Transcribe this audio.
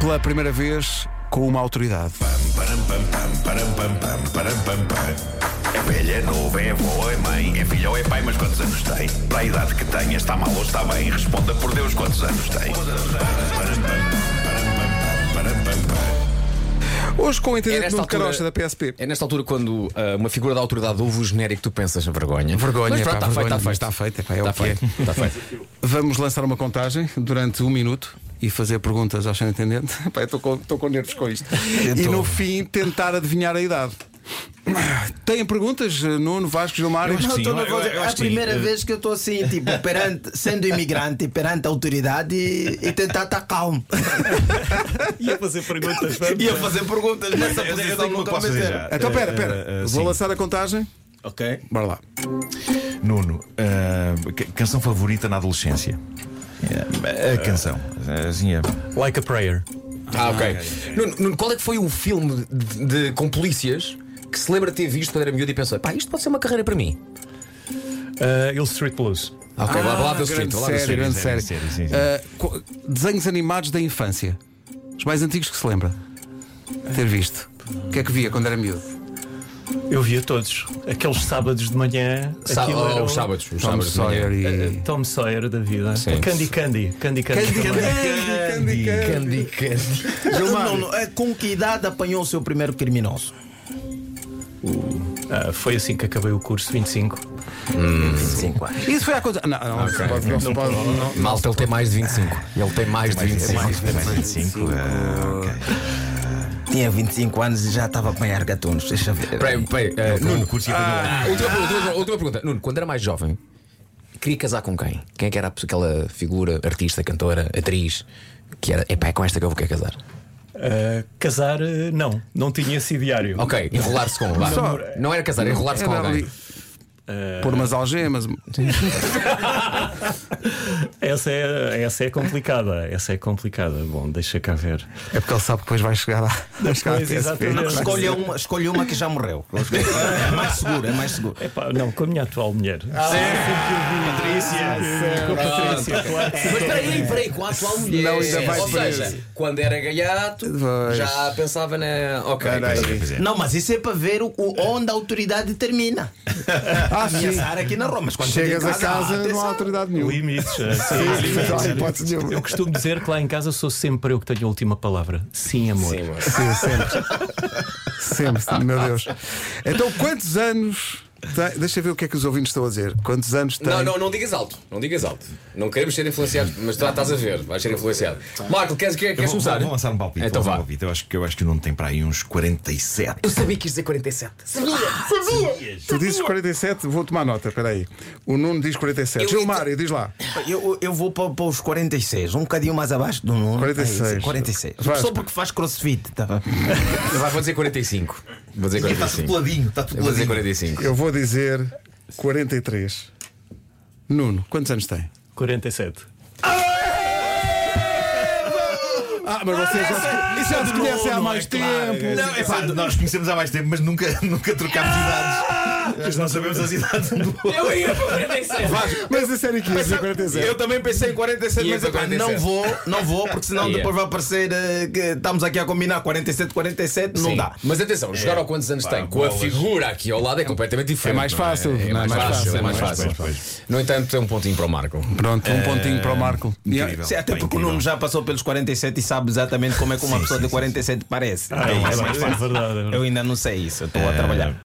pela primeira vez com uma autoridade. Param, pam, pam, param, pam, pam, param, pam, pam. É velha, é nova, é avó, é mãe, é filho ou é pai, mas quantos anos tem? Para a idade que tem, está mal ou está bem? Responda por Deus quantos anos tem. Param, pam, param, pam, pam, param, pam, pam. Hoje com o intendente É nesta Nuno altura- Carocha da PSP. É nesta altura quando ah, uma figura da autoridade ouve o genérico, tu pensas na vergonha. Vergonha, Mas pronto, pá, está vergonha, feito, mas está está feito. feita, pá, é o Está que é. feito, está feito. Vamos lançar uma contagem durante um minuto e fazer perguntas ao senhor intendente. Pá, eu estou com, estou com nervos com isto. E no fim tentar adivinhar a idade. Têm perguntas, Nuno, Vasco, Gilmar? Eu acho que Não, sim, estou eu- eu- nervoso. eu É acho a que sim. primeira Eh, vez que eu estou assim, tipo, perante, sendo imigrante, perante a autoridade e, e tentar estar calmo. Ia fazer perguntas. vamos Ia lá. fazer perguntas nessa Eu- eu tenho posição uma que nunca posso me dizer fizeram. já. Então, pera, pera. Eh, eh, Vou sim. lançar a contagem. Ok. Bora lá. Nuno, ah, ca- canção favorita na adolescência? Eh, A canção. Eh, Assim é. Like a prayer. Ah, ok. Nuno, Nuno, qual é que foi o filme de, de- com polícias que se lembra de ter visto quando era miúdo e pensou, pá, isto pode ser uma carreira para mim? Uh, Hill Street Blues. Ok, lá, lá do Street, Ah, grande lá do série, Street. grande série. série, série, sim, sim. Ah, co- desenhos animados da infância. Os mais antigos que se lembra ter visto. O que é que via quando era miúdo? Eu via todos. Aqueles sábados de manhã. Sá- aquilo oh, era os um- sábados, os Tom sábados. de manhã. Sawyer e. eh, Tom Sawyer da vida. Sim. Candy Candy. Candy Candy. Candy também. Candy, Candy, Candy. Candy, candy. Gilmar. Não, não, é, com que idade apanhou o seu primeiro criminoso? Ah, foi assim que acabei o curso, 25. Isso foi a coisa. Não, não, se pode, não, se pode, não. Malta, ele tem mais de 25. Ele tem mais de é 25. Mais, mais, mais 25. ah, ok. Tinha 25 anos e já estava a apanhar gatunos. Deixa ver. Peraí, peraí. eh, Acabou Nuno, o curso e apanhou lá. ah, última, pergunta, última- última pergunta. Nuno, quando era mais jovem, queria casar com quem? Quem é que era a pessoa- aquela figura, artista, cantora, atriz, que era, epá, é com esta que eu vou querer casar? Ah, casar, eh, não. Não tinha esse diário. Ok, enrolar-se com. um, vá. Só- Não era casar, enrolar-se com Era É ali. alguém. Pôr umas algemas. É Essa é, essa é complicada. Essa é complicada. Bom, deixa cá ver. É porque ele sabe que depois vai chegar lá. vai chegar à Depois, PSP. exatamente. Escolha uma, escolha uma que já morreu. É mais seguro, é mais seguro. Epá, não, com a minha atual mulher. Patrícia. Com a Patrícia, claro. que sim. É. Mas peraí, peraí, com a atual mulher. Não, ainda vai Ou preso. seja, quando era gaiato, Pois. já pensava na. Ok. Não, mas isso é para ver o, o- onde a autoridade termina. Ah, Minha sim. Sara aqui na Roma. Mas quando Chegas chego a em ah, casa, não há atenção. autoridade nenhuma. Limites. ah, sim, sim. Não há hipótese nenhuma. Eu costumo dizer que lá em casa sou sempre eu que tenho a última palavra. Sim, amor. Sim, sempre. sempre, meu Deus. Então, quantos anos. Tem... Deixa eu ver o que é que os ouvintes estão a dizer. Quantos anos tem? Não, não, não digas alto, não digas alto. Não queremos ser influenciados, mas tá- estás a ver, vais ser influenciado. Marco, queres, queres, Eu queres vou, começar? vou, vou lançar um palpite. Então vou lançar um vá. palpite. Eu, acho que, eu acho que o Nuno tem para aí uns 47. Eu sabia que ias dizer 47. Tu dizes 47, vou tomar nota, peraí. O Nuno diz 47. Eu- Gilmário, diz lá. Eu, eu vou para, para os 46, um bocadinho mais abaixo do número. 46. É isso, 46. Vasco. Ah. Só porque faz crossfit. Tá? Vai, vou dizer 45. Vou dizer Está tudo 45. peladinho, está tudo Eu vou dizer peladinho. 45. Eu vou dizer 43. Nuno, quantos anos tem? 47. Ah, mas você já se, já se conhece há mais tempo. Não, é pá, nós conhecemos há mais tempo, mas nunca, nunca trocámos idades. Nós não sabemos as idades um do outro. Eu ia para 47. Mas a sério que ia dizer 47. também pensei em 47, Mas, epá, não vou, não vou, porque senão Yeah. depois vai aparecer eh, que estamos aqui a combinar 47, 47, não Sim. É. dá. Mas atenção, jogar ao quantos anos tem com a figura aqui ao lado é completamente diferente. É mais não fácil, É, não mais, fácil, é mais fácil. pois, No entanto, é um pontinho para o Marco. Pronto, um pontinho para o Marco. Incrível. Sim, até Pá, porque o incrível. Nuno já passou pelos 47 e sabe exatamente como é que uma pessoa de 47 parece. Então, é, verdade. é verdade. eu ainda não sei isso, eu estou a trabalhar.